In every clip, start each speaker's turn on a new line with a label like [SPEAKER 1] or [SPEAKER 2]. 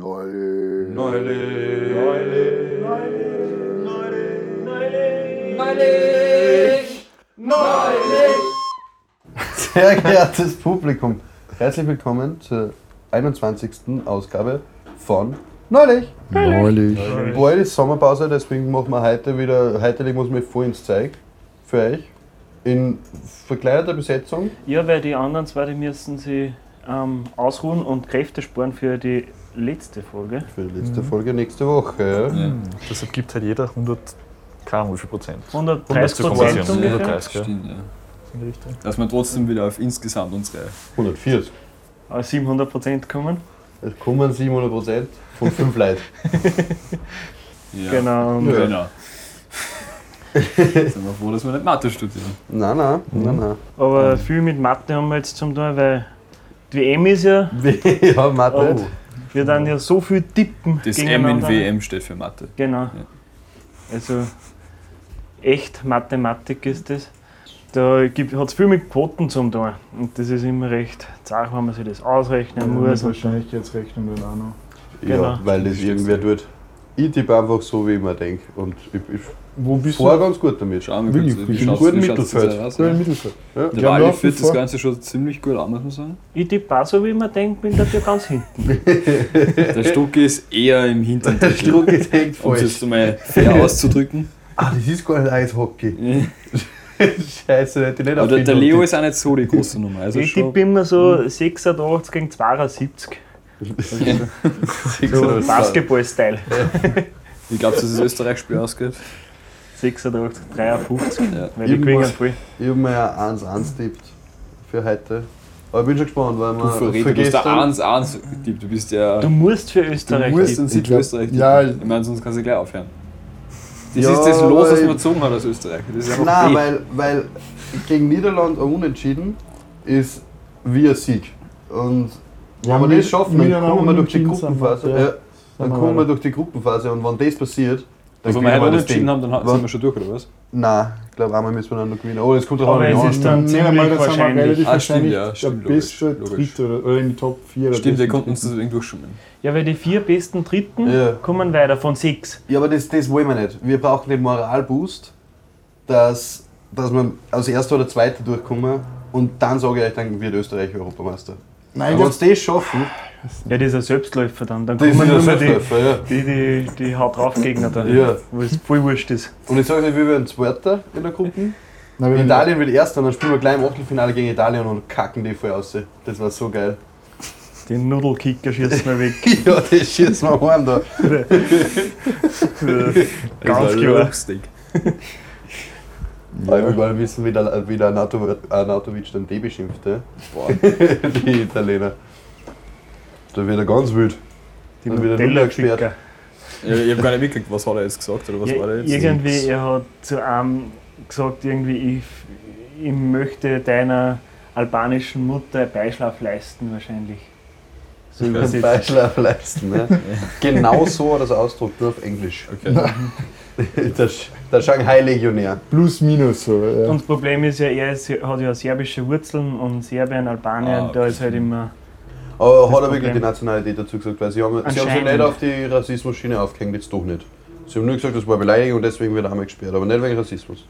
[SPEAKER 1] Neulich.
[SPEAKER 2] Neulich.
[SPEAKER 3] Neulich. Neulich. Neulich.
[SPEAKER 4] Sehr geehrtes Publikum, herzlich willkommen zur 21. Ausgabe von Neulich.
[SPEAKER 1] Neulich.
[SPEAKER 4] Boah, die Sommerpause, deswegen machen wir heute wieder, heute legen wir uns mal voll ins Zeug für euch. In verkleinerter Besetzung.
[SPEAKER 3] Ja, weil die anderen zwei, die müssen sie ähm, ausruhen und Kräfte sparen für die letzte Folge.
[SPEAKER 4] Für die letzte Folge nächste Woche. Ja.
[SPEAKER 2] Ja. Deshalb gibt halt jeder 100 km wie viel Prozent.
[SPEAKER 3] 130 Prozent
[SPEAKER 2] Konversion.
[SPEAKER 3] ungefähr.
[SPEAKER 2] 130, gell?
[SPEAKER 5] Stimmt, ja.
[SPEAKER 2] In die Richtung.
[SPEAKER 5] Dass wir trotzdem wieder auf insgesamt unsere
[SPEAKER 4] 140.
[SPEAKER 3] Auf 700 Äh, Prozent kommen.
[SPEAKER 4] Es kommen 700 Prozent von 5 Leuten.
[SPEAKER 5] ja.
[SPEAKER 3] Genau. Und
[SPEAKER 4] Ja.
[SPEAKER 5] Genau. Sind wir froh, dass wir nicht Mathe studieren.
[SPEAKER 4] Nein, nein, nein, nein.
[SPEAKER 3] Aber viel mit Mathe haben wir jetzt zum Teil, weil die WM ist ja,
[SPEAKER 4] Mhm. ja,
[SPEAKER 5] Oh,
[SPEAKER 4] Mathe.
[SPEAKER 3] wir dann ja so viel tippen.
[SPEAKER 5] Das M in
[SPEAKER 3] gegeneinander.
[SPEAKER 5] WM steht für Mathe.
[SPEAKER 3] Genau. Also echt Mathematik ist das. Da hat es viel mit Quoten zum tun. Und das ist immer recht zart, wenn man sich das ausrechnen muss. Und
[SPEAKER 6] wahrscheinlich jetzt rechnen wir auch noch.
[SPEAKER 4] Ja,
[SPEAKER 3] Genau.
[SPEAKER 4] weil das irgendwer tut. Ich tippe einfach so, wie ich mir denke. Und ich,
[SPEAKER 6] Wo
[SPEAKER 4] ich
[SPEAKER 6] bist
[SPEAKER 4] fahre
[SPEAKER 6] du?
[SPEAKER 4] ganz gut damit.
[SPEAKER 5] Schauen wir
[SPEAKER 6] Wirklich
[SPEAKER 5] kurz,
[SPEAKER 6] gut.
[SPEAKER 5] wie
[SPEAKER 6] Im
[SPEAKER 5] schaut's-
[SPEAKER 4] guten
[SPEAKER 5] wie schaut's das
[SPEAKER 4] Mittelfeld.
[SPEAKER 5] aus?
[SPEAKER 6] Ja, im Mittelfeld.
[SPEAKER 5] Der
[SPEAKER 6] Ja,
[SPEAKER 5] Wally
[SPEAKER 6] nach wie
[SPEAKER 5] führt das
[SPEAKER 6] vor.
[SPEAKER 5] Ganze schon ziemlich gut an, muss man sagen.
[SPEAKER 3] Ich tippe auch so, wie man denkt, bin dafür ganz hinten.
[SPEAKER 5] Der Stucki ist eher im Hintern,
[SPEAKER 4] Der Struck ist hängt
[SPEAKER 5] um es
[SPEAKER 4] falsch.
[SPEAKER 5] jetzt mal fair auszudrücken.
[SPEAKER 4] Ah, das ist gar nicht Eishockey. Scheiße, hätte ich nicht
[SPEAKER 5] Aber der, der
[SPEAKER 4] Film
[SPEAKER 5] Leo ist auch nicht so die große Nummer. Also
[SPEAKER 3] ich
[SPEAKER 5] schon
[SPEAKER 3] tippe immer
[SPEAKER 4] hm.
[SPEAKER 3] so 86 gegen 72. So
[SPEAKER 4] getippt.
[SPEAKER 3] Basketball-Style.
[SPEAKER 5] ich glaube, dass das Österreich-Spiel ausgeht.
[SPEAKER 3] 86, 53.
[SPEAKER 5] Ja.
[SPEAKER 3] Weil die gewinnen
[SPEAKER 4] Irgendwas.
[SPEAKER 3] voll.
[SPEAKER 4] Ich habe mir ja 1-1 tippt für heute. Aber ich bin schon gespannt, weil
[SPEAKER 5] Du
[SPEAKER 4] man
[SPEAKER 5] Verräter, du bist der 1-1 getippt. Du bist ja.
[SPEAKER 3] Du musst für
[SPEAKER 5] Du
[SPEAKER 3] Österreich
[SPEAKER 5] musst
[SPEAKER 3] tippen.
[SPEAKER 5] in Südösterreich tippen.
[SPEAKER 6] Ja,
[SPEAKER 5] ich meine, sonst kannst du gleich aufhören. Das
[SPEAKER 4] Ja,
[SPEAKER 5] ist das Los, was
[SPEAKER 4] aber-
[SPEAKER 5] man gezogen hat aus Österreich. Das ist einfach
[SPEAKER 4] Nein,
[SPEAKER 5] weh.
[SPEAKER 4] weil, weil gegen Niederland ein Unentschieden ist wie ein Sieg. Und wenn
[SPEAKER 6] Ja,
[SPEAKER 4] wir
[SPEAKER 6] mit-
[SPEAKER 4] das schaffen, dann
[SPEAKER 6] mit einer
[SPEAKER 4] kommen wir durch die
[SPEAKER 6] Unentschieden sind wir- halt,
[SPEAKER 4] Gruppenphase.
[SPEAKER 6] ja,
[SPEAKER 4] Ja, dann
[SPEAKER 6] wir
[SPEAKER 4] kommen wir
[SPEAKER 6] weiter.
[SPEAKER 4] durch die Gruppenphase und wenn das passiert, dann
[SPEAKER 5] Also, wenn wir
[SPEAKER 4] gewinnen
[SPEAKER 5] heute
[SPEAKER 4] wir das
[SPEAKER 5] unentschieden
[SPEAKER 4] Ding.
[SPEAKER 5] haben, dann ha- sind wir schon durch, oder was?
[SPEAKER 4] Nein, ich glaube, einmal müssen wir dann noch gewinnen. Oh, das kommt doch
[SPEAKER 3] Aber
[SPEAKER 4] an.
[SPEAKER 3] es
[SPEAKER 4] Ja,
[SPEAKER 3] ist dann
[SPEAKER 6] Nehmen wir mal,
[SPEAKER 3] ziemlich
[SPEAKER 6] das haben wir
[SPEAKER 3] wahrscheinlich.
[SPEAKER 6] relativ
[SPEAKER 5] Ah, stimmt,
[SPEAKER 6] wahrscheinlich
[SPEAKER 5] ja, stimmt,
[SPEAKER 6] der beste
[SPEAKER 5] logisch, logisch.
[SPEAKER 6] Dritte oder, oder in die Top 4.
[SPEAKER 5] Stimmt, wir konnten uns das irgendwie durchschummeln.
[SPEAKER 3] Ja, weil die vier besten Dritten
[SPEAKER 4] Ja.
[SPEAKER 3] kommen weiter von sechs.
[SPEAKER 4] Ja, aber das, das wollen wir nicht. Wir brauchen den Moralboost, dass, dass wir als Erster oder Zweiter durchkommen und dann sage ich euch, dann wird Österreich Europameister.
[SPEAKER 6] Nein,
[SPEAKER 4] Wenn wir
[SPEAKER 6] das,
[SPEAKER 4] das schaffen,
[SPEAKER 3] Ja, das ist ein Selbstläufer dann. Dann
[SPEAKER 4] das ist
[SPEAKER 3] kommen
[SPEAKER 4] ein
[SPEAKER 3] nur mehr die,
[SPEAKER 4] Selbstläufer, ja.
[SPEAKER 3] die, die, die Haut drauf Gegner dann.
[SPEAKER 4] Ja.
[SPEAKER 3] Wo es voll wurscht ist.
[SPEAKER 4] Und ich sage euch, wir werden Zweiter in der Gruppe.
[SPEAKER 6] nein, wir-
[SPEAKER 4] Italien wird Erster und dann spielen wir gleich im Achtelfinale gegen Italien und kacken die voll aus. Das war so geil.
[SPEAKER 3] Den Nudelkicker schießen wir weg.
[SPEAKER 4] ja, das schießen wir heim da.
[SPEAKER 3] Ganz
[SPEAKER 5] Also,
[SPEAKER 3] klar.
[SPEAKER 5] Lachstick.
[SPEAKER 4] Aber Ich will mal wissen, wie der, wie der äh, Arnato- Arnautovic dann die beschimpft, ja?
[SPEAKER 5] Boah.
[SPEAKER 4] die Italiener. Da wird er ganz wild.
[SPEAKER 3] Die
[SPEAKER 4] Dann wird er
[SPEAKER 3] Nutella
[SPEAKER 4] Nutella gesperrt.
[SPEAKER 3] Kicker.
[SPEAKER 5] Ich, ich habe gar nicht mitgekriegt, was hat er jetzt gesagt oder was
[SPEAKER 3] Ja,
[SPEAKER 5] war der jetzt?
[SPEAKER 3] irgendwie, er hat zu einem gesagt, irgendwie, ich, ich möchte deiner albanischen Mutter Beischlaf leisten, wahrscheinlich. So
[SPEAKER 4] Einen
[SPEAKER 3] übersetzt.
[SPEAKER 4] Beischlaf leisten. Ne? genau so hat er es ausgedrückt, nur auf Englisch.
[SPEAKER 5] Okay.
[SPEAKER 4] Der, Sch- der Shanghai-Legionär.
[SPEAKER 6] Plus, minus. So, ja.
[SPEAKER 3] Und das Problem ist ja, er ist, hat ja serbische Wurzeln und Serbien, Albanien,
[SPEAKER 5] Ah, okay.
[SPEAKER 3] da ist halt immer.
[SPEAKER 4] Aber hat er
[SPEAKER 3] Problem.
[SPEAKER 4] wirklich die Nationalität dazu gesagt, weil sie haben, sie haben sich
[SPEAKER 3] Anscheinend.
[SPEAKER 4] nicht auf die Rassismus-Schiene aufgehängt, jetzt doch nicht. Sie haben nur gesagt, das war eine Beleidigung und deswegen wird er einmal gesperrt, aber nicht wegen Rassismus.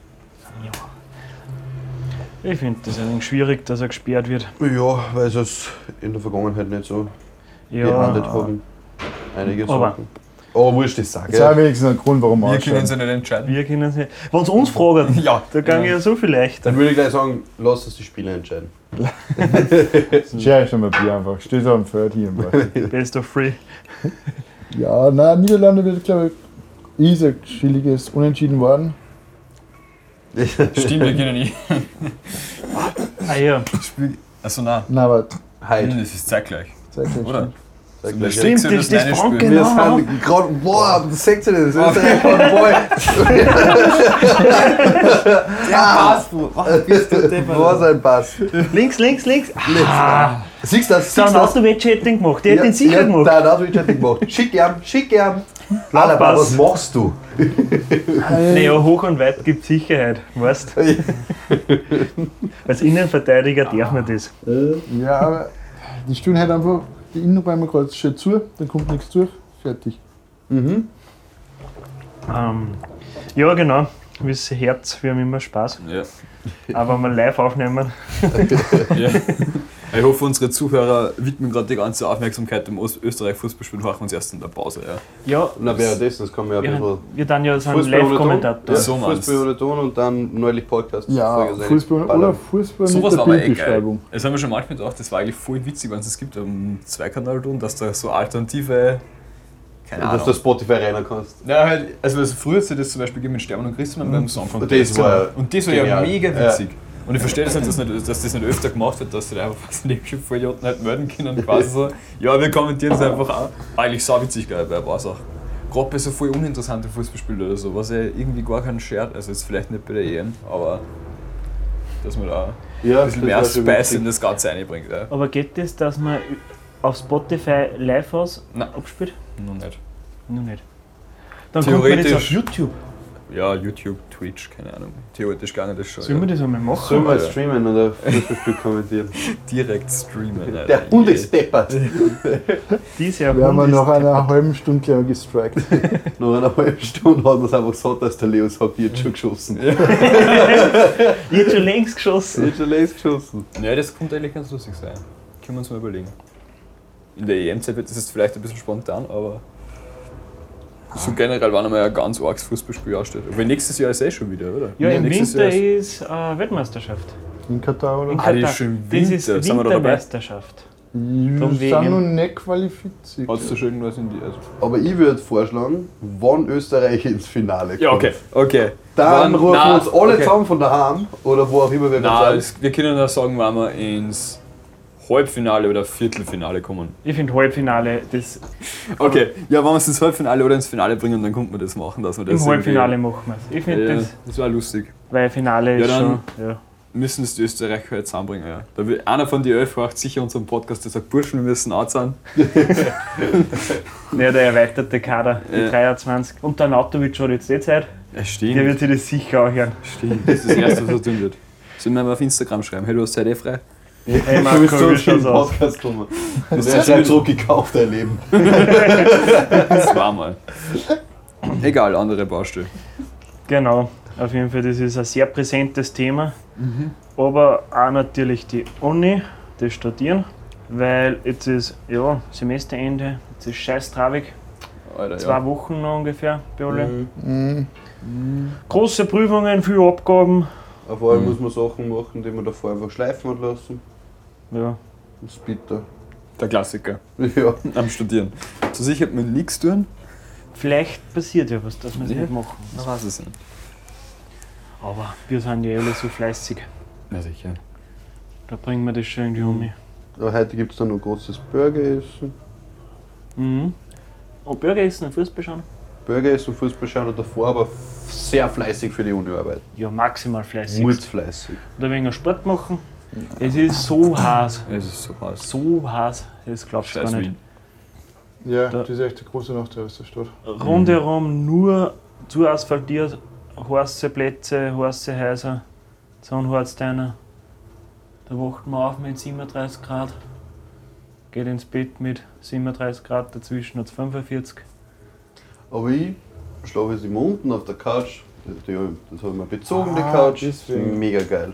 [SPEAKER 3] Ich finde das ein wenig schwierig, dass er gesperrt wird.
[SPEAKER 4] Ja, weil sie es in der Vergangenheit nicht so
[SPEAKER 3] Ja,
[SPEAKER 4] gehandelt haben. Einige
[SPEAKER 3] Aber-
[SPEAKER 4] Sachen. Oh, wurscht, ich sage.
[SPEAKER 6] Das war wenigstens ein Grund, warum
[SPEAKER 5] Wir können
[SPEAKER 6] ausscheiden.
[SPEAKER 5] uns ja nicht entscheiden.
[SPEAKER 3] wir können es nicht. Wenn sie uns fragen,
[SPEAKER 5] Ja,
[SPEAKER 3] da kann ich ja so viel leichter.
[SPEAKER 4] Dann würde ich gleich sagen, lass uns die Spieler entscheiden.
[SPEAKER 6] Share schon mal Bier einfach. Steht auf dem Feld hier. im Wald.
[SPEAKER 3] Best of free.
[SPEAKER 6] ja, na, Niederlande wird, glaube ich, ist ein chilliges Unentschieden worden.
[SPEAKER 5] Stimmt, wir können nicht.
[SPEAKER 3] Ah ja,
[SPEAKER 5] Achso, Also nein. Hm,
[SPEAKER 6] Na, aber
[SPEAKER 3] Mm.
[SPEAKER 4] Halt.
[SPEAKER 5] Das ist zeitgleich,
[SPEAKER 6] zeig mir
[SPEAKER 5] oder?
[SPEAKER 4] Sag
[SPEAKER 5] Stimmt,
[SPEAKER 4] gleich.
[SPEAKER 3] stimmt, das ist das Franken.
[SPEAKER 4] Wir
[SPEAKER 3] Genau.
[SPEAKER 4] sind gerade, boah, seht ihr das? Österreich war voll. Ah.
[SPEAKER 5] Pass, was bist du denn?
[SPEAKER 4] War sein Pass.
[SPEAKER 3] links, links, links.
[SPEAKER 4] Siehst du das?
[SPEAKER 3] Dann
[SPEAKER 4] Siehst du das?
[SPEAKER 3] hast du Wettchatting gemacht. Der hat den sicher gemacht.
[SPEAKER 4] Nein, hat mich nicht gemacht. Schick ihm, schick ihm. Alter, was
[SPEAKER 3] Aufpass.
[SPEAKER 4] machst du?
[SPEAKER 3] Naja, hoch und weit gibt Sicherheit, weißt du? Als Innenverteidiger darf man das.
[SPEAKER 6] Ja, aber die spielen halt einfach die Innenräume gerade schön zu, dann kommt nichts durch. Fertig.
[SPEAKER 4] Mhm.
[SPEAKER 3] Ähm, ja, genau. Wie es Herz, wir haben immer Spaß.
[SPEAKER 5] Ja.
[SPEAKER 3] Aber wenn wir live aufnehmen,
[SPEAKER 5] ja. Ich hoffe, unsere Zuhörer widmen gerade die ganze Aufmerksamkeit um dem Ost- Österreich-Fußballspiel und hören uns erst in der Pause. Ja.
[SPEAKER 3] ja,
[SPEAKER 4] Na, währenddessen, das kann man ja ein
[SPEAKER 3] wir,
[SPEAKER 4] bisschen.
[SPEAKER 3] wir dann ja so einen
[SPEAKER 4] Fußball ohne Ton.
[SPEAKER 3] Live-Kommentator.
[SPEAKER 4] Ja,
[SPEAKER 5] So meinst
[SPEAKER 4] Fußball
[SPEAKER 5] du.
[SPEAKER 4] ohne Ton und dann neulich Podcast.
[SPEAKER 6] Ja,
[SPEAKER 4] Folge sein.
[SPEAKER 6] Fußball oder
[SPEAKER 4] Ballern.
[SPEAKER 6] Fußball mit
[SPEAKER 5] Sowas
[SPEAKER 6] der
[SPEAKER 5] war aber eh geil.
[SPEAKER 6] Bildbeschreibung.
[SPEAKER 5] Das haben wir schon manchmal gedacht, das war eigentlich voll witzig, wenn es es gibt am Zweikanalton, dass da so alternative. Keine
[SPEAKER 4] Dass
[SPEAKER 5] Ahnung.
[SPEAKER 4] du Spotify rein kannst.
[SPEAKER 5] Na, halt, also es- früher hat das zum Beispiel gegeben mit Stermann und Christmann beim Song von
[SPEAKER 4] Das war
[SPEAKER 5] Und das war ja
[SPEAKER 4] genial.
[SPEAKER 5] mega
[SPEAKER 4] Ja.
[SPEAKER 5] witzig. Und ich verstehe das nicht, dass, nicht, dass das nicht öfter gemacht wird, dass sie da einfach fast nebische Vollidioten halt melden können. Quasi so, ja, wir kommentieren es einfach auch. Eigentlich sau witzig, geil bei ein paar Sachen. Gerade bei so voll uninteressanten Fußballspielen oder so, was ja irgendwie gar keinen Schert, also jetzt vielleicht nicht bei der EM, aber dass man da
[SPEAKER 4] Ja,
[SPEAKER 5] ein bisschen mehr Spaß in das Ganze reinbringt. Ja.
[SPEAKER 3] Aber geht das, dass man auf Spotify live aus
[SPEAKER 5] Nein.
[SPEAKER 3] abspielt?
[SPEAKER 5] Nur nicht.
[SPEAKER 3] Nur nicht. Dann kommt man jetzt auf
[SPEAKER 5] Theoretisch.
[SPEAKER 3] YouTube.
[SPEAKER 5] Ja, YouTube, Twitch, keine Ahnung. Theoretisch gar nicht das schon.
[SPEAKER 3] Sollen wir
[SPEAKER 5] Ja.
[SPEAKER 3] das einmal machen?
[SPEAKER 4] Sollen wir jetzt streamen oder Fußballspiel kommentieren?
[SPEAKER 5] Direkt streamen. Alter.
[SPEAKER 4] Der Hund ist deppert.
[SPEAKER 3] Dies Jahr
[SPEAKER 6] Wir haben ja
[SPEAKER 3] Hund
[SPEAKER 6] nach
[SPEAKER 3] ist-
[SPEAKER 6] einer halben Stunde glaub ich, gestrikt.
[SPEAKER 4] Nach einer halben Stunde hat man es einfach gesagt, dass der Leo sagt, jetzt schon geschossen. Ja.
[SPEAKER 3] Ich hätte schon längst geschossen.
[SPEAKER 4] Jetzt schon Leo geschossen.
[SPEAKER 5] Ja, das könnte eigentlich ganz lustig sein. Können wir uns mal überlegen. In der EM-Zeit wird das jetzt vielleicht ein bisschen spontan, aber. So generell, wann einmal ein ganz arges Fußballspiel aussteht. Aber nächstes Jahr ist eh schon wieder, oder?
[SPEAKER 3] Ja, im
[SPEAKER 5] nächstes
[SPEAKER 3] Winter
[SPEAKER 5] Jahr
[SPEAKER 3] ist äh, Weltmeisterschaft.
[SPEAKER 6] In Katar oder?
[SPEAKER 3] In
[SPEAKER 5] Ah, die ist
[SPEAKER 3] Katar.
[SPEAKER 5] schon im
[SPEAKER 3] Das
[SPEAKER 5] Winter.
[SPEAKER 3] ist
[SPEAKER 5] Sind wir da dabei?
[SPEAKER 3] Wintermeisterschaft.
[SPEAKER 6] Wir
[SPEAKER 3] Drum
[SPEAKER 6] sind
[SPEAKER 3] wegen-
[SPEAKER 6] noch nicht qualifiziert.
[SPEAKER 5] Hast du schon irgendwas in die. Also
[SPEAKER 4] Aber ich würde vorschlagen, wann Österreich ins Finale kommt.
[SPEAKER 5] ja, okay, okay.
[SPEAKER 4] Dann
[SPEAKER 5] Wann-
[SPEAKER 4] rufen wir
[SPEAKER 5] na,
[SPEAKER 4] uns alle
[SPEAKER 5] okay.
[SPEAKER 4] zusammen von daheim oder wo auch immer wir
[SPEAKER 5] Na,
[SPEAKER 4] gerade sind.
[SPEAKER 5] es, wir können da sagen, wann wir ins Halbfinale oder Viertelfinale kommen.
[SPEAKER 3] Ich finde Halbfinale, das
[SPEAKER 5] Okay, ja, wenn wir es ins Halbfinale oder ins Finale bringen, dann könnte man das machen, dass wir das.
[SPEAKER 3] im
[SPEAKER 5] irgendwie-
[SPEAKER 3] Halbfinale machen wir es. Ich finde
[SPEAKER 5] Ja,
[SPEAKER 3] das,
[SPEAKER 5] das war lustig.
[SPEAKER 3] weil Finale
[SPEAKER 5] Ja,
[SPEAKER 3] ist
[SPEAKER 5] dann-
[SPEAKER 3] schon. Ja.
[SPEAKER 5] müssen es die Österreicher jetzt anbringen. Ja. Da will einer von die elf hört sicher unseren Podcast, der sagt, Burschen, wir müssen auch sein.
[SPEAKER 3] Ja, der erweiterte Kader, die
[SPEAKER 5] Ja.
[SPEAKER 3] 23. Und der Nautovic hat jetzt die Zeit,
[SPEAKER 5] Ja,
[SPEAKER 3] der
[SPEAKER 5] stimmt,
[SPEAKER 3] wird sich das sicher auch hören.
[SPEAKER 5] stimmt. Das ist das Erste, was er tun wird. Sollen wir mal auf Instagram schreiben, hey, du hast Zeit eh frei?
[SPEAKER 3] Hey Marco,
[SPEAKER 4] bist so
[SPEAKER 3] wie
[SPEAKER 4] viel
[SPEAKER 3] schaut's
[SPEAKER 5] also.
[SPEAKER 3] aus?
[SPEAKER 4] Podcast kommen. Das wäre schon zurückgekauft, dein Leben.
[SPEAKER 5] Das war mal. Egal, andere Baustelle.
[SPEAKER 3] Genau, auf jeden Fall, das ist ein sehr präsentes Thema.
[SPEAKER 5] Mhm.
[SPEAKER 3] Aber auch natürlich die Uni, das Studieren, weil jetzt ist ja, Semesterende, jetzt ist scheiß traurig,
[SPEAKER 5] Alter,
[SPEAKER 3] zwei
[SPEAKER 5] ja.
[SPEAKER 3] Wochen noch ungefähr bei alle.
[SPEAKER 6] Mhm.
[SPEAKER 3] Große Prüfungen, viele Abgaben.
[SPEAKER 4] Auf einmal
[SPEAKER 5] Mhm.
[SPEAKER 4] muss man Sachen machen, die man davor einfach schleifen hat lassen.
[SPEAKER 3] Ja,
[SPEAKER 4] Das ist bitter.
[SPEAKER 5] Der Klassiker.
[SPEAKER 4] Ja.
[SPEAKER 5] Am Studieren. So also sicher hat man nichts tun.
[SPEAKER 3] vielleicht passiert ja was, dass wir es
[SPEAKER 5] Ja.
[SPEAKER 3] nicht machen.
[SPEAKER 5] Das weiß es nicht.
[SPEAKER 3] Aber wir sind ja alle so fleißig,
[SPEAKER 5] Na sicher.
[SPEAKER 3] da bringen wir das schon irgendwie um.
[SPEAKER 4] Aber heute gibt es dann noch großes Burgeressen.
[SPEAKER 3] Mhm. Und Burger essen und Fußball schauen?
[SPEAKER 4] Burgeressen, Fußball schauen und davor aber f- sehr fleißig für die Uni arbeiten.
[SPEAKER 3] Ja, maximal fleißig.
[SPEAKER 4] Mutzfleißig.
[SPEAKER 3] Oder weniger Sport machen. Es ist so heiß.
[SPEAKER 5] Es ist so heiß.
[SPEAKER 3] So heiß, das glaubst du
[SPEAKER 5] Scheiß
[SPEAKER 3] gar nicht.
[SPEAKER 5] Wien.
[SPEAKER 6] Ja,
[SPEAKER 3] Da-
[SPEAKER 6] das ist echt der große Nachteil aus der Stadt.
[SPEAKER 3] Mhm. Rundherum nur zu asphaltiert, heiße Plätze, heiße Häuser, Zahnharzsteiner. Da wacht man auf mit 37 Grad, geht ins Bett mit 37 Grad, dazwischen hat es 45.
[SPEAKER 4] Aber ich schlafe jetzt immer unten auf der Couch. Das, die- das habe ich mir bezogen, die
[SPEAKER 6] Ah,
[SPEAKER 4] Couch.
[SPEAKER 6] deswegen.
[SPEAKER 4] Mega geil.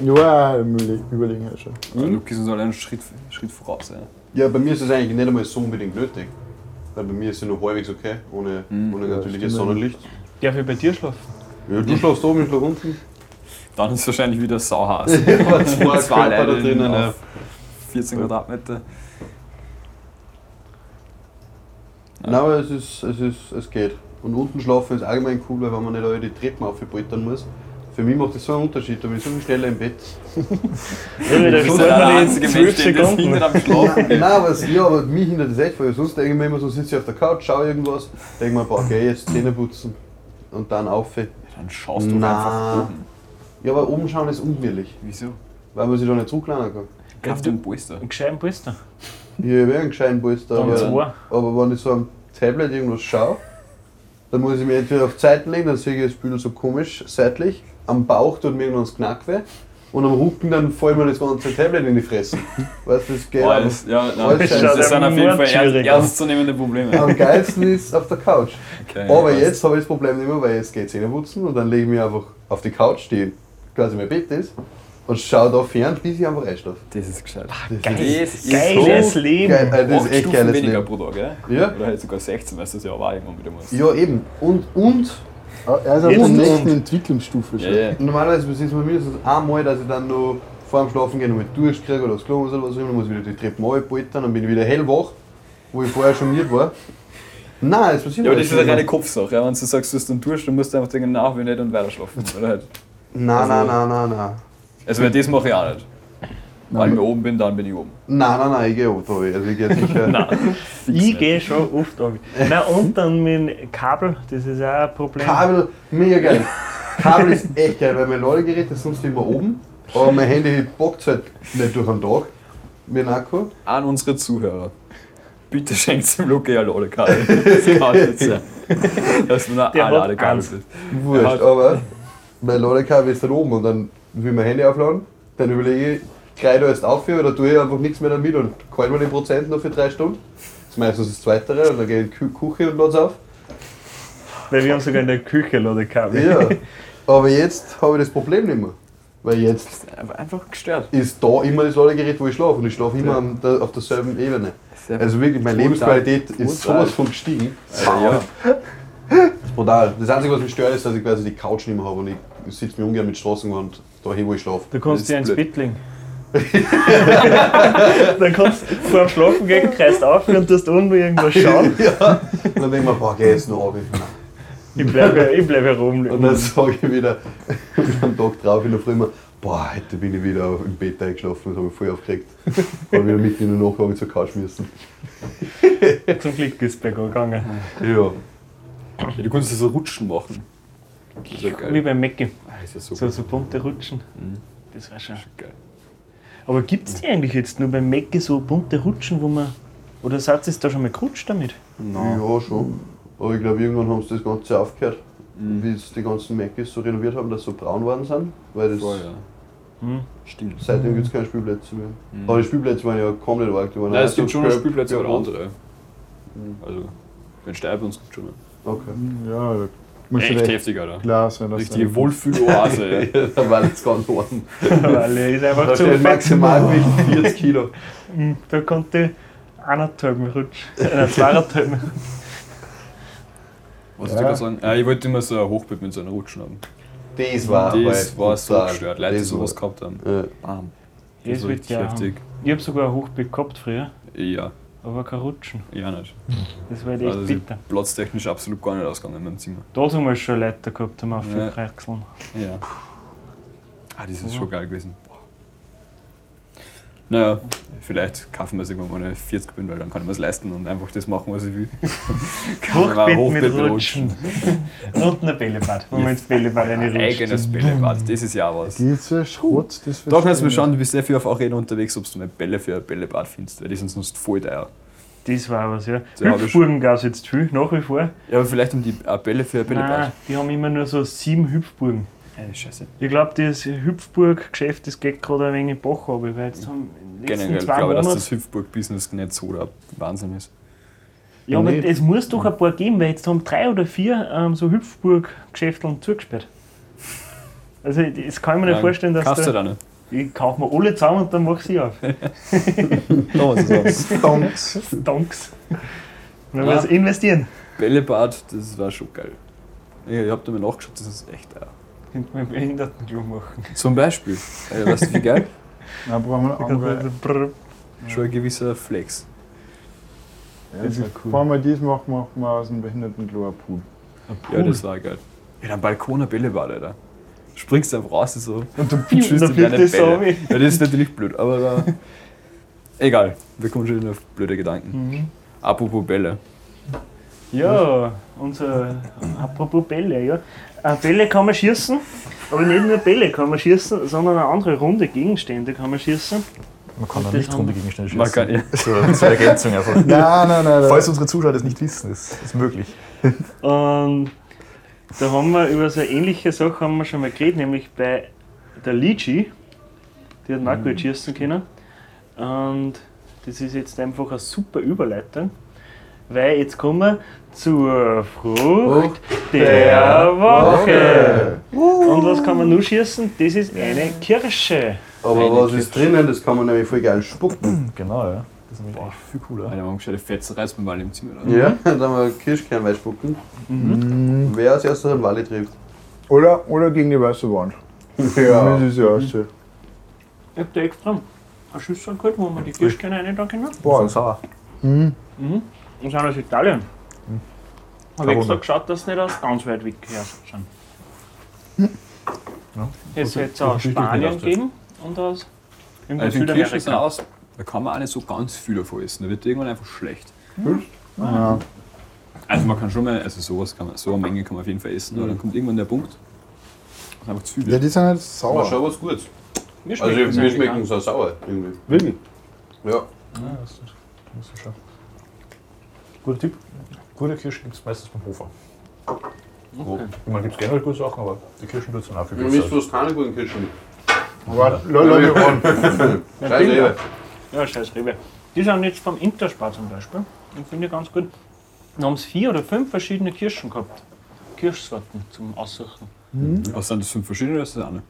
[SPEAKER 6] Ja, im Überle- überlegen ja schon.
[SPEAKER 5] Mhm. Luki ist uns alle einen Schritt, Schritt voraus. Ja.
[SPEAKER 4] Ja, bei mir ist es eigentlich nicht einmal so unbedingt nötig. Weil bei mir ist es nur halbwegs okay, ohne,
[SPEAKER 5] Mhm.
[SPEAKER 4] ohne
[SPEAKER 6] Hm, Ja,
[SPEAKER 4] natürliches
[SPEAKER 6] stimmt.
[SPEAKER 4] Sonnenlicht.
[SPEAKER 3] Darf ich bei dir schlafen?
[SPEAKER 4] Ja, du schlafst oben, ich schlafe unten.
[SPEAKER 5] Dann ist es wahrscheinlich wieder sauhaß.
[SPEAKER 4] Aber zwei
[SPEAKER 5] Zwei
[SPEAKER 4] Körper da
[SPEAKER 5] Leute
[SPEAKER 4] drinnen. ja.
[SPEAKER 5] auf 14 Quadratmeter.
[SPEAKER 4] Nein, aber es, ist, es, ist, es geht. Und unten schlafen ist allgemein cool, weil wenn man nicht alle die Treppen aufpoltern muss. Für mich macht das so einen Unterschied, da bin ich so viel schneller im Bett.
[SPEAKER 3] Ja, weil da
[SPEAKER 5] bist
[SPEAKER 3] schläft
[SPEAKER 5] ja der
[SPEAKER 3] man in
[SPEAKER 5] einzige Mensch,
[SPEAKER 3] 12
[SPEAKER 5] den das
[SPEAKER 3] Sekunden.
[SPEAKER 5] hindert am Schlafen.
[SPEAKER 4] Nein, aber, es- ja, aber mich hindert das echt, weil sonst denke ich mir immer so, sitze ich auf der Couch, schaue irgendwas, denke mir, boah, okay, jetzt Zähne putzen und dann auf.
[SPEAKER 5] Dann schaust du
[SPEAKER 4] Na.
[SPEAKER 5] einfach oben.
[SPEAKER 4] Ja, aber oben schauen ist unwillig,
[SPEAKER 5] Wieso?
[SPEAKER 4] weil man sich da nicht zurücklernen kann.
[SPEAKER 5] Kauf dir einen Polster.
[SPEAKER 3] Einen gescheiten Polster.
[SPEAKER 4] Ich habe einen gescheiten Polster,
[SPEAKER 3] Dann
[SPEAKER 4] aber,
[SPEAKER 3] zwei.
[SPEAKER 4] aber wenn ich so am Tablet irgendwas schaue, dann muss ich mir entweder auf Seiten legen, dann sehe ich das Bild so komisch seitlich, am Bauch tut mir irgendwann das Knack weh und am Hucken dann voll mal das ganze Tablet in die Fresse. Weißt du, das geht alles.
[SPEAKER 5] Alles, ja, nein,
[SPEAKER 4] Alles
[SPEAKER 5] das,
[SPEAKER 4] scheiße.
[SPEAKER 5] das sind auf jeden Fall ernst,
[SPEAKER 3] Schwierig.
[SPEAKER 5] ernstzunehmende Probleme.
[SPEAKER 4] Am geilsten ist auf der Couch.
[SPEAKER 5] Okay,
[SPEAKER 4] Aber
[SPEAKER 5] ja,
[SPEAKER 4] jetzt habe ich das Problem nicht mehr, weil jetzt gehe ich Zähne putzen und dann lege ich mich einfach auf die Couch, die quasi mein Bett ist, und schaue da fern, bis ich einfach einschlafe.
[SPEAKER 5] Das ist gescheit.
[SPEAKER 4] Das
[SPEAKER 5] Geiles
[SPEAKER 3] ist geiles Leben.
[SPEAKER 4] Geil, äh, Ah, das
[SPEAKER 5] Acht
[SPEAKER 4] ist echt
[SPEAKER 5] Stufen
[SPEAKER 4] geiles
[SPEAKER 5] weniger
[SPEAKER 4] Leben.
[SPEAKER 5] pro Tag, gell?
[SPEAKER 4] Ja.
[SPEAKER 5] Oder halt sogar 16, weil du das ja auch irgendwann wieder musst.
[SPEAKER 4] Ja, eben. Und, und
[SPEAKER 6] Ah, Er ist auf
[SPEAKER 3] Jetzt
[SPEAKER 6] der
[SPEAKER 4] und-
[SPEAKER 6] nächsten Entwicklungsstufe
[SPEAKER 5] Ja,
[SPEAKER 6] schon.
[SPEAKER 5] ja.
[SPEAKER 4] normalerweise besitzt man mindestens einmal, dass ich dann noch vor dem Schlafen gehen nochmal durchkriege oder aufs Klo muss oder was auch immer, dann muss ich wieder die Treppen runterpoltern, dann bin ich wieder hellwach, wo ich vorher schon müde war. Nein, das passiert
[SPEAKER 5] Ja, aber
[SPEAKER 4] mir
[SPEAKER 5] das ist eine
[SPEAKER 4] nicht.
[SPEAKER 5] reine Kopfsache. Ja. Wenn du sagst, du hast einen Durst, dann musst du einfach denken, nach, wenn nicht, und weiter schlafen. Oder halt.
[SPEAKER 4] Nein, nein,
[SPEAKER 5] also-
[SPEAKER 4] nein, nein, nein.
[SPEAKER 5] Also, weil das mache ich auch nicht. Wenn ich
[SPEAKER 6] Nein,
[SPEAKER 5] oben bin, dann bin ich oben.
[SPEAKER 4] Nein, nein, nein, ich gehe runter, also ich gehe sicher.
[SPEAKER 5] Nein.
[SPEAKER 3] Ich gehe schon oft ab. Na und dann mit dem Kabel, das ist auch ein Problem.
[SPEAKER 4] Kabel, mega geil. Kabel ist echt geil, weil mein Ladegerät ist sonst immer oben, aber mein Handy bockt halt nicht durch den Tag mit dem Akku.
[SPEAKER 5] An unsere Zuhörer. Bitte schenkt dem Luca ja Ladekabel. Das kann nicht sein. Dass man
[SPEAKER 3] Der
[SPEAKER 5] eine
[SPEAKER 3] hat
[SPEAKER 5] Ladekabel
[SPEAKER 3] eins.
[SPEAKER 5] sind.
[SPEAKER 4] Wurscht,
[SPEAKER 5] Er hat-
[SPEAKER 4] aber mein Ladekabel ist dann oben und dann will ich mein Handy aufladen, dann überlege ich, greife ich da jetzt auf oder tue ich einfach nichts mehr damit und kalt mir die Prozent noch für drei Stunden. Das ist meistens das Zweitere und dann gehe ich in die Kü- Küche und lade es auf.
[SPEAKER 3] Weil wir haben sogar in der Küche Ladekabel.
[SPEAKER 4] Ja, aber jetzt habe ich das Problem nicht mehr, weil jetzt
[SPEAKER 5] Das ist einfach- Einfach gestört.
[SPEAKER 4] ist da immer das Ladegerät, wo ich schlafe und ich schlafe immer am, der, auf derselben Ebene.
[SPEAKER 5] Das ist einfach-
[SPEAKER 4] Also wirklich, meine
[SPEAKER 5] Brutal.
[SPEAKER 4] Lebensqualität ist
[SPEAKER 5] Brutal.
[SPEAKER 4] sowas von gestiegen.
[SPEAKER 5] Also, ja.
[SPEAKER 4] Das ist brutal. Das Einzige, was mich stört, ist, dass ich quasi die Couch nicht mehr habe und ich sitze mir ungern mit Straßenwand da hin, wo ich schlafe.
[SPEAKER 3] Du kannst
[SPEAKER 5] Das
[SPEAKER 3] dir
[SPEAKER 5] ist
[SPEAKER 3] ins
[SPEAKER 5] blöd.
[SPEAKER 3] Bett legen. dann kannst du vor dem Schlafen gehen, kreist auf und tust unten nur irgendwas schauen.
[SPEAKER 4] ja. Und dann denke ich mir, boah, geh jetzt noch runter.
[SPEAKER 3] Ich bleibe ich bleib hier oben
[SPEAKER 4] Und
[SPEAKER 3] liegen.
[SPEAKER 4] dann sage ich wieder am Tag drauf in der Früh immer, boah, heute bin ich wieder im Bett eingeschlafen, das habe ich voll aufgeregt. Weil wieder mitten in der Nacht habe ich zur Couch müssen.
[SPEAKER 3] Zum Glück ist es bergab gegangen.
[SPEAKER 4] Ja.
[SPEAKER 5] Ja, du kannst das so rutschen machen. Das ist ja
[SPEAKER 3] Wie
[SPEAKER 5] geil.
[SPEAKER 3] beim Mackie.
[SPEAKER 5] Ah, ist ja
[SPEAKER 3] So,
[SPEAKER 5] super.
[SPEAKER 3] so bunte Rutschen.
[SPEAKER 5] Mhm.
[SPEAKER 3] Das war schon.
[SPEAKER 5] Geil.
[SPEAKER 3] Aber gibt es die eigentlich jetzt nur beim Mackie so bunte Rutschen, wo man. Oder seid ihr da schon mal gerutscht damit?
[SPEAKER 4] Ja, schon. Aber ich glaube, irgendwann haben sie das Ganze aufgehört,
[SPEAKER 5] Mhm.
[SPEAKER 4] wie sie die ganzen Macis so renoviert haben, dass sie so braun geworden sind. Weil das,
[SPEAKER 5] Voll, ja.
[SPEAKER 3] Hm.
[SPEAKER 5] Stimmt.
[SPEAKER 4] Seitdem gibt es keine Spielplätze mehr. Aber die Spielplätze waren ja komplett arg. Die waren
[SPEAKER 5] Mhm. Nein,
[SPEAKER 4] auch
[SPEAKER 5] es gibt
[SPEAKER 4] so
[SPEAKER 5] schon noch
[SPEAKER 4] gelb-
[SPEAKER 5] Spielplätze oder
[SPEAKER 4] gelb-
[SPEAKER 5] andere. Also, wenn Steib uns gibt schon.
[SPEAKER 4] Okay.
[SPEAKER 6] ja, da muss
[SPEAKER 5] Echt
[SPEAKER 6] ja
[SPEAKER 5] heftig, Alter.
[SPEAKER 6] klar sein, dass
[SPEAKER 5] Richtige Wohlfühloase. ja.
[SPEAKER 4] da war jetzt ganz oben.
[SPEAKER 3] Weil er ist einfach
[SPEAKER 4] Das
[SPEAKER 3] zu
[SPEAKER 4] ist
[SPEAKER 3] fett. Mhm,
[SPEAKER 4] Maximalgewicht 40 Kilo.
[SPEAKER 3] Da konnte eineinhalb Mal rutschen. Äh, zweieinhalb Mal.
[SPEAKER 5] Was
[SPEAKER 6] Ja.
[SPEAKER 5] ich gerade sagen? Ah, ich wollte immer so ein Hochbett mit so einer Rutschen haben.
[SPEAKER 4] Das war
[SPEAKER 5] das
[SPEAKER 4] halt
[SPEAKER 5] war so
[SPEAKER 4] brutal.
[SPEAKER 5] gestört. Leute, die
[SPEAKER 4] Das
[SPEAKER 5] sowas
[SPEAKER 4] war-
[SPEAKER 5] gehabt haben.
[SPEAKER 4] Äh,
[SPEAKER 5] Bam.
[SPEAKER 3] Das
[SPEAKER 5] war
[SPEAKER 3] wird
[SPEAKER 5] richtig
[SPEAKER 3] ja-
[SPEAKER 5] heftig.
[SPEAKER 3] Ich habe sogar ein Hochbeet gehabt früher,
[SPEAKER 5] Ja,
[SPEAKER 3] aber kein Rutschen.
[SPEAKER 5] ja nicht.
[SPEAKER 3] Das war halt echt
[SPEAKER 5] Also, sie
[SPEAKER 3] bitter.
[SPEAKER 5] platztechnisch absolut gar nicht ausgegangen in meinem Zimmer.
[SPEAKER 3] Da sind wir schon Leute gehabt, haben auf
[SPEAKER 5] Ja.
[SPEAKER 3] viel Krechseln.
[SPEAKER 5] Ja. Ah, das ist
[SPEAKER 3] Ja.
[SPEAKER 5] schon geil gewesen. Boah. Naja, vielleicht kaufen wir es irgendwann mal eine 40 bin, weil dann kann ich mir es leisten und einfach das machen, was ich will. Kann man ein
[SPEAKER 3] Hochbeet mit
[SPEAKER 5] Hochbett
[SPEAKER 3] Rutschen. Und ein Bällebad, wo wir ins Bällebad
[SPEAKER 5] Ein
[SPEAKER 3] reinrutscht.
[SPEAKER 5] eigenes Bällebad, das ist ja was.
[SPEAKER 6] Diese Schrott, das
[SPEAKER 5] Da kannst du
[SPEAKER 6] verstehe
[SPEAKER 5] mal
[SPEAKER 6] ich
[SPEAKER 5] schauen, du bist sehr viel auf Arena unterwegs, ob du mal Bälle für ein Bällebad findest, weil die sind sonst voll teuer.
[SPEAKER 3] Das war was, ja.
[SPEAKER 5] So hab ich-
[SPEAKER 3] Hüpfburgen gab es jetzt viel, nach wie vor.
[SPEAKER 5] Ja, aber vielleicht um die äh, Bälle für ein
[SPEAKER 3] Nein,
[SPEAKER 5] Bällebad.
[SPEAKER 3] die haben immer nur so sieben Hüpfburgen.
[SPEAKER 5] Äh, scheiße.
[SPEAKER 3] Ich glaube, das Hüpfburg-Geschäft, das geht gerade ein wenig in den Bach runter, weil jetzt haben in den letzten
[SPEAKER 5] Generell
[SPEAKER 3] zwei
[SPEAKER 5] glaube ich, dass
[SPEAKER 3] Monaten...
[SPEAKER 5] das Hüpfburg-Business nicht so der Wahnsinn ist.
[SPEAKER 3] Ja, aber
[SPEAKER 4] Nicht.
[SPEAKER 3] es muss doch ein paar geben, weil jetzt haben drei oder vier ähm, so Hüpfburg-Geschäfteln zugesperrt. Also, das kann ich mir nicht
[SPEAKER 5] Nein,
[SPEAKER 3] vorstellen, dass
[SPEAKER 5] Kannst du
[SPEAKER 3] da,
[SPEAKER 5] da nicht.
[SPEAKER 3] Ich kaufe mir alle zusammen und dann mache ich sie auf.
[SPEAKER 6] Stonks.
[SPEAKER 3] Danks. Man
[SPEAKER 5] Ja.
[SPEAKER 3] muss investieren.
[SPEAKER 5] Bällebad, das war schon geil. Ich, ich hab da mal nachgeschaut, das ist echt teuer.
[SPEAKER 3] Könnte man Behindertenklo machen.
[SPEAKER 5] Zum Beispiel, äh, weißt du wie geil?
[SPEAKER 6] Nein, brauchen wir eine andere.
[SPEAKER 3] also Brr.
[SPEAKER 5] Schon ein gewisser Flex.
[SPEAKER 6] Das ist cool. Bevor wir dies machen, machen wir aus dem Behindertenklo einen Pool.
[SPEAKER 5] Ja, das war geil. Ja, dann Balkon ein Bällebad, Alter. Springst einfach raus so.
[SPEAKER 3] Und dann
[SPEAKER 5] Tschüss,
[SPEAKER 3] piu, und dann
[SPEAKER 5] die werden
[SPEAKER 3] fliegt das so
[SPEAKER 5] Bälle.
[SPEAKER 3] runter.
[SPEAKER 5] Ja, das ist natürlich blöd, aber da. Egal, wir kommen schon auf blöde Gedanken.
[SPEAKER 3] Mhm.
[SPEAKER 5] Apropos Bälle.
[SPEAKER 3] Ja, unser. Apropos Bälle, ja. Äh, Bälle kann man schießen, aber nicht nur Bälle kann man schießen, sondern eine andere Runde Gegenstände kann man schießen.
[SPEAKER 2] Man kann auch
[SPEAKER 3] Das
[SPEAKER 2] nicht
[SPEAKER 3] haben
[SPEAKER 2] runde
[SPEAKER 3] wir-
[SPEAKER 2] Gegenstände
[SPEAKER 5] Man kann,
[SPEAKER 2] schießen.
[SPEAKER 5] ja,
[SPEAKER 2] So, zur Ergänzung einfach.
[SPEAKER 6] Nein, nein, nein.
[SPEAKER 2] Falls unsere Zuschauer das nicht wissen, ist ist möglich.
[SPEAKER 3] Und da haben wir über so eine ähnliche Sache haben wir schon mal geredet, nämlich bei der Lychee. Die hat auch gut schießen können. Und das ist jetzt einfach eine super Überleitung, weil jetzt kommen wir zur Frucht der Woche. Und was kann man nur schießen? Das ist eine Kirsche.
[SPEAKER 4] Aber was ist drinnen? Das kann man nämlich voll geil spucken.
[SPEAKER 2] Genau, ja. Das ist nämlich echt viel cooler.
[SPEAKER 5] Alter, warum gescheite Fetze reißt man mal im Zimmer. oder?
[SPEAKER 4] Ja, dann haben wir Kirschkern wegspucken.
[SPEAKER 6] Mhm.
[SPEAKER 4] Wer als erster einen Wally trifft.
[SPEAKER 6] Oder, oder gegen die weiße Wand. Das ist ja erste.
[SPEAKER 3] Ich hab da extra eine Schüssel geholt, wo man die Kirschkerne ne? rein tun kann.
[SPEAKER 2] Boah, sauer.
[SPEAKER 6] Mhm.
[SPEAKER 3] Und sind aus Italien. Habe ich
[SPEAKER 2] Verwundert.
[SPEAKER 3] gesagt, schaut das nicht aus ganz weit weg her. Schon.
[SPEAKER 2] Ja.
[SPEAKER 3] Jetzt hätte es
[SPEAKER 5] gute
[SPEAKER 3] aus
[SPEAKER 5] Geschichte
[SPEAKER 3] Spanien
[SPEAKER 5] gedacht, ja.
[SPEAKER 3] gegeben und aus irgendwo
[SPEAKER 5] Also, ich finde Kirschen sind
[SPEAKER 3] Südamerika.
[SPEAKER 5] aus, da kann man auch nicht so ganz viel davon essen. Da wird irgendwann einfach schlecht.
[SPEAKER 6] Ja.
[SPEAKER 5] Also, man kann schon mal, also sowas kann man, so eine Menge kann man auf jeden Fall essen,
[SPEAKER 3] Mhm.
[SPEAKER 5] aber dann kommt irgendwann der Punkt, dass einfach zu viel
[SPEAKER 6] ja,
[SPEAKER 5] wird.
[SPEAKER 6] die sind halt
[SPEAKER 4] Aber
[SPEAKER 6] sauer.
[SPEAKER 4] schon was Gutes.
[SPEAKER 3] Mir
[SPEAKER 4] Also
[SPEAKER 3] schmecken's
[SPEAKER 4] mir
[SPEAKER 3] eigentlich
[SPEAKER 4] schmecken
[SPEAKER 3] auch.
[SPEAKER 4] so sauer irgendwie. Wirklich? Ja.
[SPEAKER 2] Ja, das ist, das ist schon. Guter Tipp. Gute Kirschen gibt es meistens beim Hofer.
[SPEAKER 4] Okay.
[SPEAKER 2] Ich meine, gibt es generell gute Sachen, aber die Kirschen tut es dann auch viel
[SPEAKER 4] Für mich ist
[SPEAKER 2] besser.
[SPEAKER 4] bloß keine guten Kirschen.
[SPEAKER 6] Warte, lass- lass mich ran.
[SPEAKER 4] Scheiße, Rewe.
[SPEAKER 3] Ja, scheiß Rewe. Die sind jetzt vom Interspar zum Beispiel. Ich finde die ganz gut. Da haben sie vier oder fünf verschiedene Kirschen gehabt. Kirschsorten zum Aussuchen.
[SPEAKER 5] Was Also sind das fünf verschiedene oder ist das eine?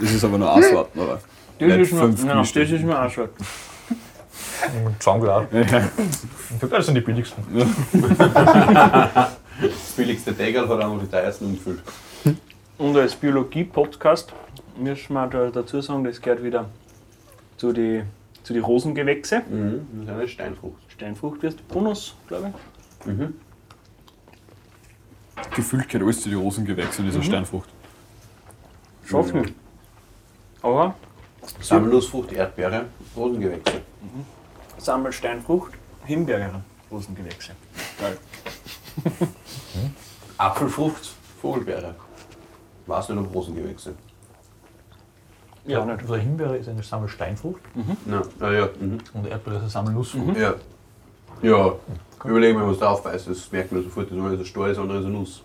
[SPEAKER 5] Das ist aber nur Auswarten, oder?
[SPEAKER 3] Das
[SPEAKER 5] Nicht
[SPEAKER 3] ist, mir,
[SPEAKER 5] fünf
[SPEAKER 3] nein, das
[SPEAKER 5] gemischte.
[SPEAKER 3] ist mir auch schon.
[SPEAKER 2] Zaungler.
[SPEAKER 5] Ja.
[SPEAKER 2] Das sind die billigsten.
[SPEAKER 4] Das billigste Tegel hat einfach die teuersten umgefüllt.
[SPEAKER 3] Und als Biologie-Podcast müssen wir da dazu sagen, das gehört wieder zu den zu die Rosengewächse.
[SPEAKER 4] Mhm. Das ist eine Steinfrucht.
[SPEAKER 3] Steinfrucht wirst du Bonus, glaube ich.
[SPEAKER 4] Mhm.
[SPEAKER 5] Gefühlt gehört alles zu den Rosengewächsen dieser
[SPEAKER 3] Mhm.
[SPEAKER 5] Steinfrucht.
[SPEAKER 3] Schaff nicht. Aber
[SPEAKER 4] Sammelnussfrucht, Erdbeere, Rosengewächse.
[SPEAKER 3] Sammelsteinfrucht, Himbeere, Rosengewächse.
[SPEAKER 4] Apfelfrucht, Vogelbeere. Weiß nicht, ob Rosengewächse.
[SPEAKER 3] Ja, nicht.
[SPEAKER 2] Also Himbeere ist eine Sammelsteinfrucht
[SPEAKER 4] Na, na ja. Mhm.
[SPEAKER 2] und Erdbeere ist eine Sammelnussfrucht.
[SPEAKER 4] Ja. Ja. Überleg mal, was da aufweist. Das merkt man sofort. Das eine ist ein Stolz, das andere ist eine Nuss.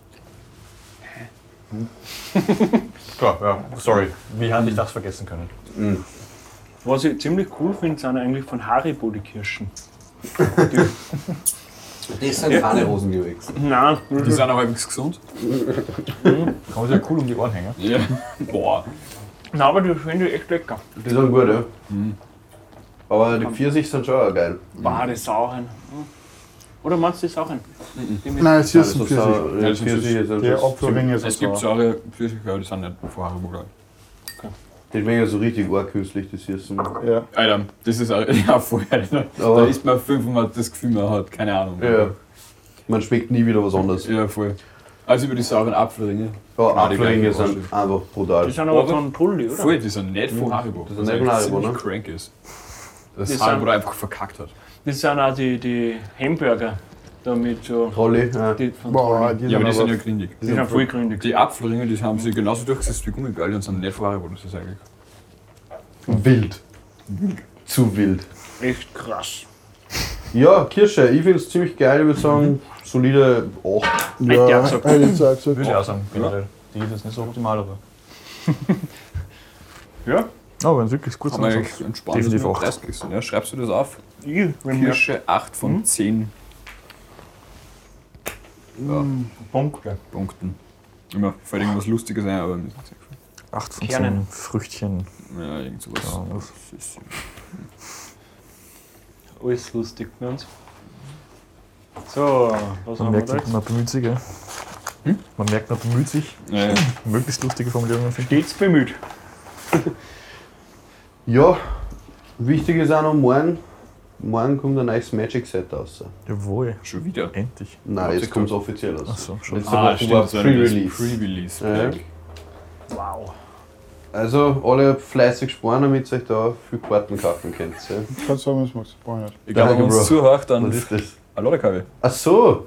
[SPEAKER 3] Mhm.
[SPEAKER 4] Klar, ja. Sorry.
[SPEAKER 2] Wie hätte ich das vergessen können?
[SPEAKER 3] Was ich ziemlich cool finde, sind eigentlich von Haribo die Kirschen.
[SPEAKER 4] Das sind keine Rosengewächse.
[SPEAKER 3] Nein,
[SPEAKER 5] Die sind auch halbwegs gesund.
[SPEAKER 2] Kann man sich ja cool um die Ohren hängen.
[SPEAKER 5] Ja. Boah.
[SPEAKER 3] nein aber die finde ich echt lecker.
[SPEAKER 4] Die sind gut, ja. Aber die Pfirsich sind schon auch geil.
[SPEAKER 3] Wow, die Sauren. Hm. Oder meinst du die Sauren? Die mit-
[SPEAKER 6] Nein, es
[SPEAKER 4] Ja,
[SPEAKER 6] ist
[SPEAKER 4] das
[SPEAKER 6] ein
[SPEAKER 4] ist
[SPEAKER 6] Pfirsich.
[SPEAKER 4] auch-
[SPEAKER 5] Ja,
[SPEAKER 4] die
[SPEAKER 5] das ist
[SPEAKER 4] Pfirsiche sind
[SPEAKER 6] Der
[SPEAKER 4] schon-
[SPEAKER 6] Opferringe ist
[SPEAKER 5] Es
[SPEAKER 6] sauer.
[SPEAKER 5] gibt saure Pfirsiche, die sind nicht von Haribo, glaub ich.
[SPEAKER 4] Die schmecken so richtig arg künstlich, das hier ist ein
[SPEAKER 6] Ja.
[SPEAKER 5] Alter, das ist auch, ja, vorher. ne? Da
[SPEAKER 4] Aber-
[SPEAKER 5] isst man fünf und man hat das Gefühl, man hat keine Ahnung.
[SPEAKER 4] Ja. Man schmeckt nie wieder was anderes.
[SPEAKER 5] Ja, voll. Also über die sauren Apfelringe.
[SPEAKER 4] Ja,
[SPEAKER 5] Ah, die
[SPEAKER 4] Apfelringe
[SPEAKER 5] gleichen
[SPEAKER 4] sind einfach brutal.
[SPEAKER 3] Die sind aber
[SPEAKER 5] Aber-
[SPEAKER 3] von Pulli, oder?
[SPEAKER 5] Voll, die sind nicht von Haribo.
[SPEAKER 4] sind nicht von
[SPEAKER 5] eigentlich
[SPEAKER 4] Haribo,
[SPEAKER 5] ziemlich
[SPEAKER 4] ne?
[SPEAKER 5] crank ist.
[SPEAKER 3] Die
[SPEAKER 5] Das
[SPEAKER 3] sind-
[SPEAKER 5] Haribo da einfach verkackt hat.
[SPEAKER 3] Das sind auch die, die Hamburger. Damit so.
[SPEAKER 4] Trolli, ja.
[SPEAKER 3] Die von
[SPEAKER 6] Boah,
[SPEAKER 3] Boah,
[SPEAKER 6] die
[SPEAKER 5] Ja, aber die sind
[SPEAKER 6] sind
[SPEAKER 5] ja
[SPEAKER 6] aber...
[SPEAKER 5] grindig.
[SPEAKER 3] die sind voll gründig.
[SPEAKER 5] Die Apfelringe, die haben sie genauso durchgesetzt wie Gummibärle und sind nicht von Haribo. Das ist eigentlich.
[SPEAKER 4] Wild. Zu wild.
[SPEAKER 3] Echt krass.
[SPEAKER 4] Ja, Kirsche, ich finde es ziemlich geil, ich würde sagen, solide 8.
[SPEAKER 3] Hätte ich auch
[SPEAKER 6] Ja, Äh,
[SPEAKER 3] gesagt.
[SPEAKER 6] hätte ich auch gesagt.
[SPEAKER 2] Würde ich auch sagen, generell. Die ist jetzt nicht so optimal, aber.
[SPEAKER 3] Ja. ja,
[SPEAKER 2] Ja, wenn es wirklich gut
[SPEAKER 5] Kann man eigentlich entspannt
[SPEAKER 2] Definitiv
[SPEAKER 5] mit
[SPEAKER 2] auch.
[SPEAKER 5] Preiskisten, ja? Schreibst du das auf?
[SPEAKER 3] ich, wenn wir
[SPEAKER 5] Kirsche 8 von 10
[SPEAKER 3] Punkte.
[SPEAKER 5] Punkten. Immer fällt irgendwas Lustiges ein, aber mir ist nichts eingefallen.
[SPEAKER 2] 8 von
[SPEAKER 3] Kernen.
[SPEAKER 2] 10 Früchtchen.
[SPEAKER 5] Ja, irgend sowas.
[SPEAKER 2] Ja, was-
[SPEAKER 5] Das ist-
[SPEAKER 3] Alles lustig bei uns. So, was haben
[SPEAKER 2] Man
[SPEAKER 3] wir
[SPEAKER 2] merkt,
[SPEAKER 3] da jetzt? Hm?
[SPEAKER 2] man bemüht sich, gell? Man merkt, man bemüht sich,
[SPEAKER 5] Ja, ja.
[SPEAKER 2] möglichst lustige Formulierungen finden.
[SPEAKER 3] Stets bemüht.
[SPEAKER 4] Ja, wichtig ist auch noch morgen. Morgen kommt ein neues Magic Set raus.
[SPEAKER 2] Jawohl,
[SPEAKER 5] Schon wieder.
[SPEAKER 2] endlich.
[SPEAKER 4] Nein, jetzt kommt es offiziell raus.
[SPEAKER 2] Achso, schon.
[SPEAKER 4] Letzte Woche war
[SPEAKER 5] Ah, das war das
[SPEAKER 4] Pre-Release.
[SPEAKER 5] Pre-Release.
[SPEAKER 4] Ja.
[SPEAKER 5] Pack.
[SPEAKER 3] Wow.
[SPEAKER 4] Also alle fleißig sparen, damit ihr euch da viel Karten kaufen könnt. Ja.
[SPEAKER 6] Kannst du haben, was du magst. Brauch ich nicht.
[SPEAKER 5] Egal, wenn
[SPEAKER 4] Danke,
[SPEAKER 5] man uns
[SPEAKER 4] Bro.
[SPEAKER 5] zuhört, dann.
[SPEAKER 4] Was ist das?
[SPEAKER 5] Hallo, der Kabel.
[SPEAKER 4] Ach so!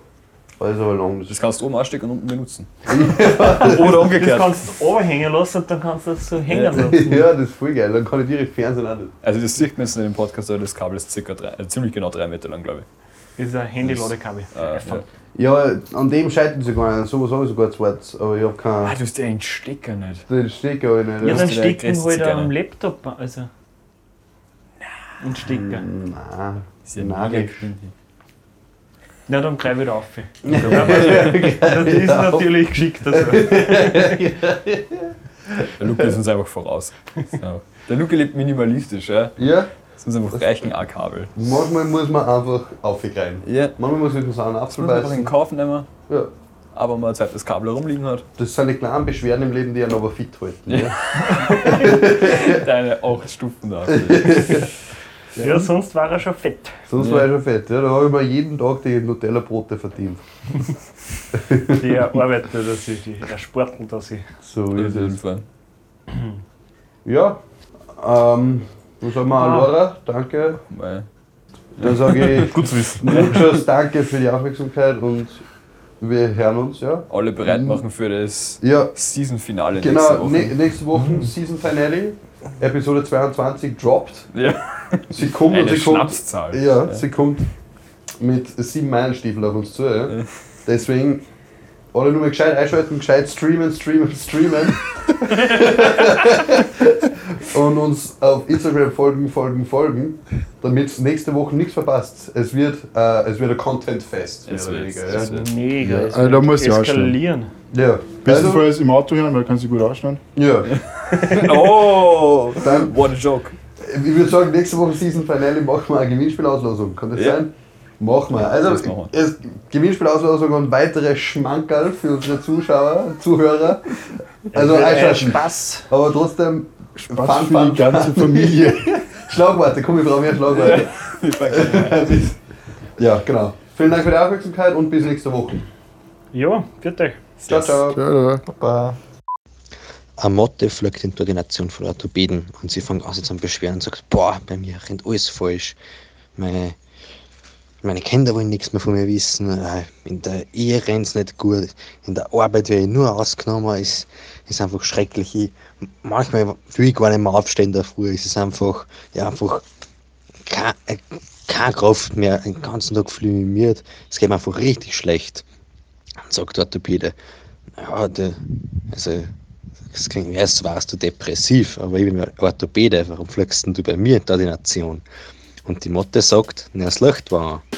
[SPEAKER 4] Weiß aber lang. Das
[SPEAKER 5] Das
[SPEAKER 4] ist
[SPEAKER 5] kannst du oben anstecken und unten benutzen. Oder
[SPEAKER 3] Also, Das
[SPEAKER 5] umgekehrt.
[SPEAKER 3] kannst du overhängen lassen und dann kannst du das so hängen lassen.
[SPEAKER 4] ja, das ist voll geil. Dann kann ich direkt Fernsehen an.
[SPEAKER 5] Also, das sieht man jetzt in dem Podcast, aber das Kabel ist circa drei, äh, ziemlich genau drei Meter lang, glaube ich.
[SPEAKER 3] Das ist ein Handy-Ladekabel.
[SPEAKER 5] Äh, ja.
[SPEAKER 3] iPhone.
[SPEAKER 4] Ja, an dem scheitern sie gar nicht. Sowas habe ich sogar zweites, aber ich habe
[SPEAKER 5] Ah,
[SPEAKER 4] keinen.
[SPEAKER 5] du hast ja einen Stecker nicht.
[SPEAKER 4] Den Stecker habe ich nicht.
[SPEAKER 3] Ja,
[SPEAKER 5] Das
[SPEAKER 3] dann
[SPEAKER 5] ist der
[SPEAKER 3] steckt ihn
[SPEAKER 5] größte
[SPEAKER 3] halt am
[SPEAKER 5] Zigarre.
[SPEAKER 3] Laptop. an, Also. Ein Stecker.
[SPEAKER 6] Hm.
[SPEAKER 4] Nein.
[SPEAKER 5] Das ist ja
[SPEAKER 4] Nein,
[SPEAKER 5] mega
[SPEAKER 4] nicht.
[SPEAKER 5] geschwindig.
[SPEAKER 3] Na, dann greife ich da auf.
[SPEAKER 4] das
[SPEAKER 3] Das ist natürlich geschickt. Also.
[SPEAKER 5] Der Luke ist uns einfach voraus. So. Der Luke lebt minimalistisch, ja.
[SPEAKER 4] Ja,
[SPEAKER 5] Das sind einfach reichen A-Kabel.
[SPEAKER 4] manchmal muss man einfach aufgreifen.
[SPEAKER 5] Ja.
[SPEAKER 4] Manchmal muss ich den Sahne
[SPEAKER 5] Das muss man einfach
[SPEAKER 4] abzubeißen.
[SPEAKER 5] in Kauf nehmen,
[SPEAKER 4] Ja.
[SPEAKER 5] aber man ein zweites Kabel rumliegen hat.
[SPEAKER 4] Das sind die kleinen Beschwerden im Leben, die einen aber fit halten. Ja.
[SPEAKER 5] Deine 8 Stufen da.
[SPEAKER 3] Ja, sonst war er schon fett.
[SPEAKER 4] Sonst
[SPEAKER 5] Ja.
[SPEAKER 4] war ich schon fett. Ja, da habe ich mir jeden Tag die Nutella-Brote verdient.
[SPEAKER 3] Der arbeitet, dass ich, die- der sportelt, dass ich.
[SPEAKER 4] So
[SPEAKER 5] Auf
[SPEAKER 4] ist
[SPEAKER 5] jeden
[SPEAKER 4] es.
[SPEAKER 5] Fall.
[SPEAKER 4] Ja, ähm, dann sagen wir
[SPEAKER 3] Ah.
[SPEAKER 4] Laura, danke.
[SPEAKER 5] Weil-
[SPEAKER 4] Dann sage ich
[SPEAKER 2] Gut zu wissen.
[SPEAKER 4] muchas danke für die Aufmerksamkeit und wir hören uns, ja.
[SPEAKER 5] Alle bereit machen für das
[SPEAKER 4] Ja,
[SPEAKER 5] Season-Finale
[SPEAKER 4] genau,
[SPEAKER 5] nächste Mhm.
[SPEAKER 4] ne- nächste Woche Season Finale, Episode 22 droppt.
[SPEAKER 5] Woche. Ja.
[SPEAKER 4] Sie kommt und
[SPEAKER 5] Eine
[SPEAKER 4] sie kommt.
[SPEAKER 5] Schnapszahl.
[SPEAKER 4] Ja, sie kommt mit sieben Meilenstiefeln auf uns zu, ja.
[SPEAKER 5] Ja.
[SPEAKER 4] Deswegen, alle nur mal gescheit einschalten, gescheit streamen, streamen, streamen. und uns auf Instagram folgen, folgen, folgen, damit nächste Woche nichts verpasst. Es wird, äh, es wird ein Content-Fest. mehr
[SPEAKER 5] Es
[SPEAKER 4] oder
[SPEAKER 5] wird's,
[SPEAKER 4] weniger,
[SPEAKER 5] es wird's.
[SPEAKER 3] Mega.
[SPEAKER 6] Ja,
[SPEAKER 3] es
[SPEAKER 6] also da
[SPEAKER 3] wird
[SPEAKER 6] muss ich auch
[SPEAKER 3] Eskalieren.
[SPEAKER 4] Ja.
[SPEAKER 6] Besten
[SPEAKER 4] Also,
[SPEAKER 6] Fall ist im Auto hören, weil kann sie gut ausschneiden.
[SPEAKER 4] ja.
[SPEAKER 5] Oh!
[SPEAKER 4] Dann-
[SPEAKER 5] What a joke.
[SPEAKER 4] Ich würde sagen, nächste Woche Season Finale machen wir eine Gewinnspielauslosung. Kann das
[SPEAKER 5] Ja.
[SPEAKER 4] sein? Machen wir. Also,
[SPEAKER 5] Das machen
[SPEAKER 4] es- Gewinnspielauslosung und weitere Schmankerl für unsere Zuschauer, Zuhörer. Also,
[SPEAKER 3] Wird ein
[SPEAKER 4] einschalten.
[SPEAKER 3] Spaß.
[SPEAKER 4] Aber trotzdem,
[SPEAKER 6] Äh, Spaß für die ganze Familie.
[SPEAKER 4] Schlagworte, komm, wir brauchen mehr Schlagworte. ja, genau. Vielen Dank für die Aufmerksamkeit und bis nächste Woche.
[SPEAKER 3] Ja, bitte.
[SPEAKER 4] Ciao, ciao.
[SPEAKER 6] Ja, ja.
[SPEAKER 2] Baba.
[SPEAKER 1] Amotte folgt den Koordinationen von Orthopäden und sie fängt an sich zu beschweren und sagt, boah, bei mir rennt alles falsch. Meine, meine Kinder wollen nichts mehr von mir wissen, äh, in der Ehe rennt's nicht gut, in der Arbeit werde ich nur ausgenommen, ist, ist einfach schrecklich. Ich, manchmal will ich gar nicht mehr aufstehen in der Früh, es ist einfach, ja, einfach keine, äh, keine Kraft mehr, den ganzen Tag flimiert, es geht mir einfach richtig schlecht. Und sagt der Orthopäde, ja, der, also das klingt mir, als warst du depressiv, aber ich bin ein Orthopäde, warum flöckst denn du bei mir in der Ordination? Und die Motte sagt, na, es läuft war. er."